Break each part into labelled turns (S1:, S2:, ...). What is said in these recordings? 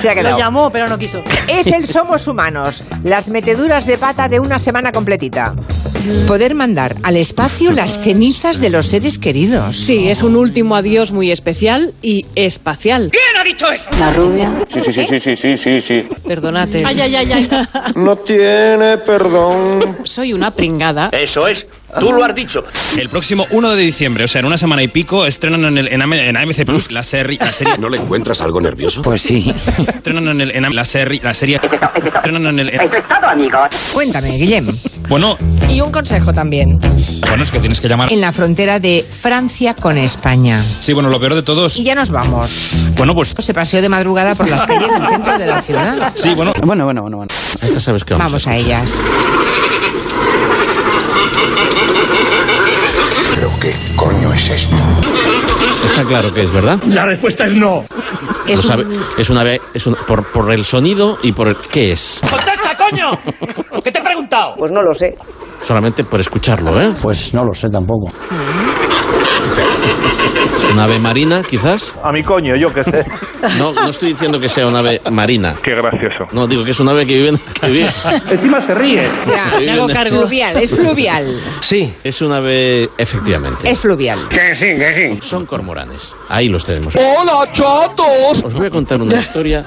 S1: Se ha quedado.
S2: Lo llamó, pero no quiso.
S1: Es el Somos Humanos, las meteduras de pata de una semana completita.
S3: Poder mandar al espacio las cenizas de los seres queridos.
S4: Sí, es un último adiós muy especial y espacial.
S5: ¿Quién ha dicho eso?
S6: La rubia.
S7: Sí, sí, sí, sí, sí, sí, sí, sí.
S4: Perdonate.
S2: Ay, ay, ay, ay.
S8: No tiene perdón.
S4: Soy una pringada.
S5: Eso es. Tú lo has dicho.
S9: El próximo 1 de diciembre, o sea, en una semana y pico, estrenan en, el, en, AM en AMC Plus la, serie la serie.
S7: ¿No le encuentras algo nervioso?
S3: Pues sí.
S9: Estrenan en, el, en AM la, serie la serie. Estrenan en el. en-
S6: Eso es todo, amigos.
S3: Cuéntame, Guillem.
S9: Bueno,
S3: Y un consejo también.
S9: bueno, es que tienes que llamar.
S3: En la frontera de Francia con España.
S9: Sí, bueno, lo peor de todos.
S3: Y ya nos vamos.
S9: Bueno, pues.
S3: Se paseó de madrugada por las calles del centro de la ciudad.
S9: Sí, bueno.
S3: Bueno, bueno, bueno, bueno.
S7: Esta sabes que
S3: Vamos a ellas.
S8: ¿Pero qué coño es esto?
S7: Está claro que es, ¿verdad?
S5: La respuesta es no.
S7: lo
S3: Es
S7: sabe.
S3: un-
S7: Es una vez. Es un- por, por el sonido y por el. ¿Qué es?
S5: ¡Contesta, coño! ¿Qué te he preguntado?
S1: Pues no lo sé.
S7: Solamente por escucharlo, ¿eh?
S8: Pues no lo sé tampoco.
S7: ¿Una ave marina, quizás?
S10: A mi coño, yo qué sé.
S7: No, no estoy diciendo que sea una ave marina.
S10: Qué gracioso.
S7: No, digo que es una ave que vive en. que vive-
S10: Encima se ríe.
S3: Ya,
S7: me hago cargo.
S3: Fluvial, es fluvial.
S7: Sí, es una ave. efectivamente.
S3: Es fluvial.
S7: Son cormoranes. Ahí los tenemos. Os voy a contar una historia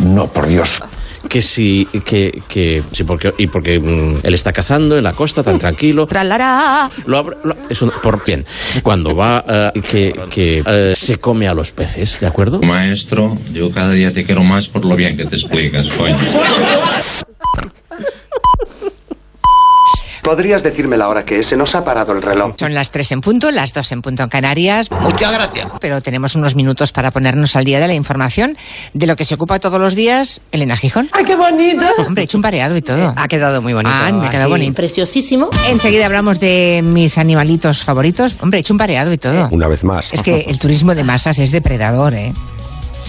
S8: No, por Dios.
S7: que si que, que sí porque y porque mm, él está cazando en la costa tan tranquilo. Lo abre- lo- es un- por bien. Cuando va eh, que, que, eh, se come a los peces, ¿de acuerdo?
S10: Maestro, yo cada día te quiero más por lo bien que te explicas, coño.
S8: ¿Podrías decirme la hora que es? Se nos ha parado el reloj.
S3: Son las 3 en punto, las 2 en punto en Canarias. Muchas gracias. Pero tenemos unos minutos para ponernos al día de la información de lo que se ocupa todos los días Elena Gijón. ¡Ay, qué bonito! Hombre, hecho un pareado y todo. Ha quedado muy bonito. Ah, me ha quedado bonito.
S2: Preciosísimo.
S3: Enseguida hablamos de mis animalitos favoritos. Hombre, hecho un pareado y todo.
S7: Una vez más.
S3: Es que el turismo de masas es depredador, ¿eh?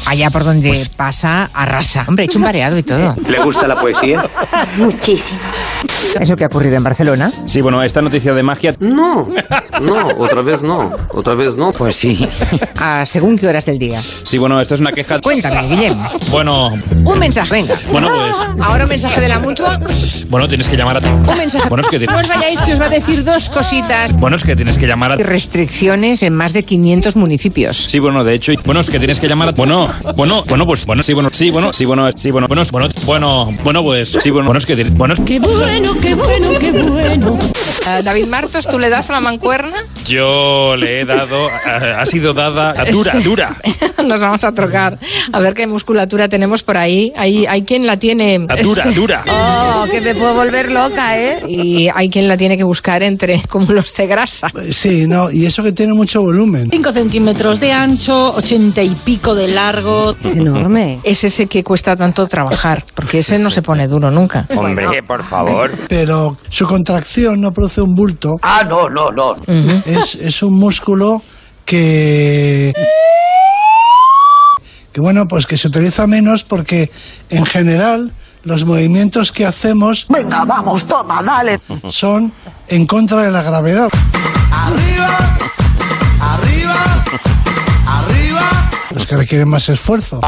S3: Allá por donde pasa, arrasa. Hombre, hecho un pareado y todo.
S5: ¿Le gusta la poesía?
S6: Muchísimo.
S3: Es lo que ha ocurrido en Barcelona.
S9: Sí, bueno, esta noticia de magia.
S5: No.
S10: No, otra vez no. Otra vez no.
S3: Pues sí. A Ah, según qué horas del día.
S9: Sí, bueno, esto es una queja.
S3: Cuéntame, Guillem.
S9: Bueno,
S3: Un mensaje, venga.
S9: bueno, pues.
S3: Ahora un mensaje de la mutua.
S9: Bueno, tienes que llamar a. Un
S3: mensaje.
S9: Bueno, es que, ti-
S3: No os vayáis que os va a decir dos cositas.
S9: bueno, es que tienes que llamar a.
S3: Y restricciones en más de 500 municipios.
S9: Sí, bueno, de hecho, y- bueno, es que tienes que llamar a... Bueno, bueno, bueno, pues, bueno, sí, bueno, sí, bueno, sí, bueno, sí, bueno, bueno, bueno, bueno, bueno, pues, sí, bueno, bueno, es que... dir- Bueno, es que...
S3: Eh, David Martos, ¿tú le das a la mancuerna?
S9: Yo le he dado... Ha, ha sido dada... a Dura, dura.
S3: Nos vamos a trocar. A ver qué musculatura tenemos por ahí. Hay, hay quien la tiene.
S9: a Dura, dura.
S6: Oh, que me puedo volver loca, ¿eh?
S3: Y hay quien la tiene que buscar entre cúmulos de grasa.
S11: Sí, no, y eso que tiene mucho volumen.
S2: 5 centímetros de ancho, 80 y pico de largo.
S3: Es enorme. Es ese que cuesta tanto trabajar, porque ese no se pone duro nunca.
S5: Hombre, por favor.
S11: Pero su contracción no produce un bulto.
S5: Ah, no, no, no.
S11: Es, es un músculo que. que bueno, pues que se utiliza menos porque en general los movimientos que hacemos. Venga, vamos, toma, dale. Son en contra de la gravedad. Los que requieren más esfuerzo.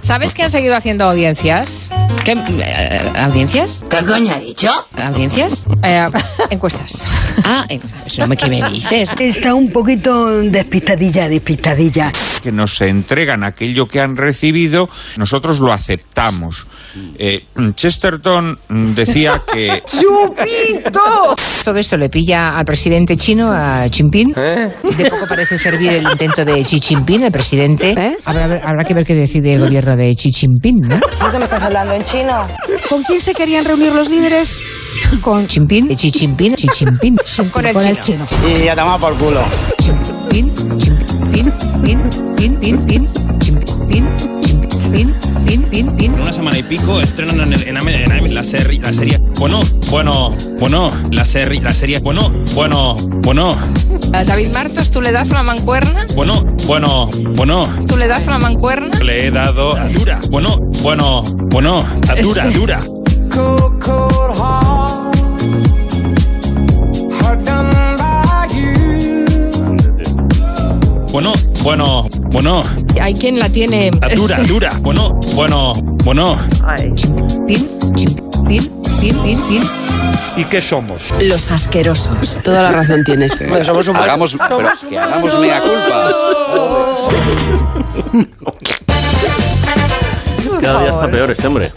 S3: ¿Sabes que han seguido haciendo audiencias? ¿Qué? eh, ¿Audiencias?
S6: ¿Qué coño ha dicho?
S3: ¿Audiencias? Eh, encuestas. Ah, encuestas. No me, ¿qué me dices?
S6: Está un poquito despistadilla, despistadilla.
S10: Que nos entregan aquello que han recibido, nosotros lo aceptamos. Eh, Chesterton mm, decía que
S3: Todo esto le pilla al presidente chino, a Xi Jinping.
S8: ¿Eh?
S3: De poco parece servir el intento de Xi Jinping, el presidente. Habrá, habrá que ver qué decide el gobierno de Xi Jinping, ¿no?
S6: ¿Por qué me estás hablando en chino?
S3: ¿Con quién se querían reunir los líderes? Con Xi Jinping, Xi Jinping, Xi Jinping, con el chino.
S8: Y ya te por culo.
S3: Xi Jinping, Xi Jinping, Pin, Pin, Pin, Pin, Xi Jinping, Xi Jinping, Pin, Pin, Pin.
S9: En una semana y pico estrenan en, el- en, AM en AM la serie... La serie... Bueno, bueno, bueno, la serie... La serie... Bueno, bueno, bueno,
S3: Eh, David Martos, ¿tú le das la mancuerna?
S9: bueno, bueno, bueno.
S3: ¿Tú le das la mancuerna?
S9: Le he dado... a Dura. Bueno, bueno, bueno, a Dura, dura. Bueno, bueno, Bueno,
S3: Hay quien la tiene.
S9: dura, dura. Bueno, bueno, bueno.
S3: Pin, pin, pin, pin, pin.
S9: ¿Y qué somos?
S3: Los asquerosos. Toda la razón tienes.
S12: Bueno, somos un- Hagamos- pero Somos que un- hagamos mea
S7: Cada día está peor este hombre.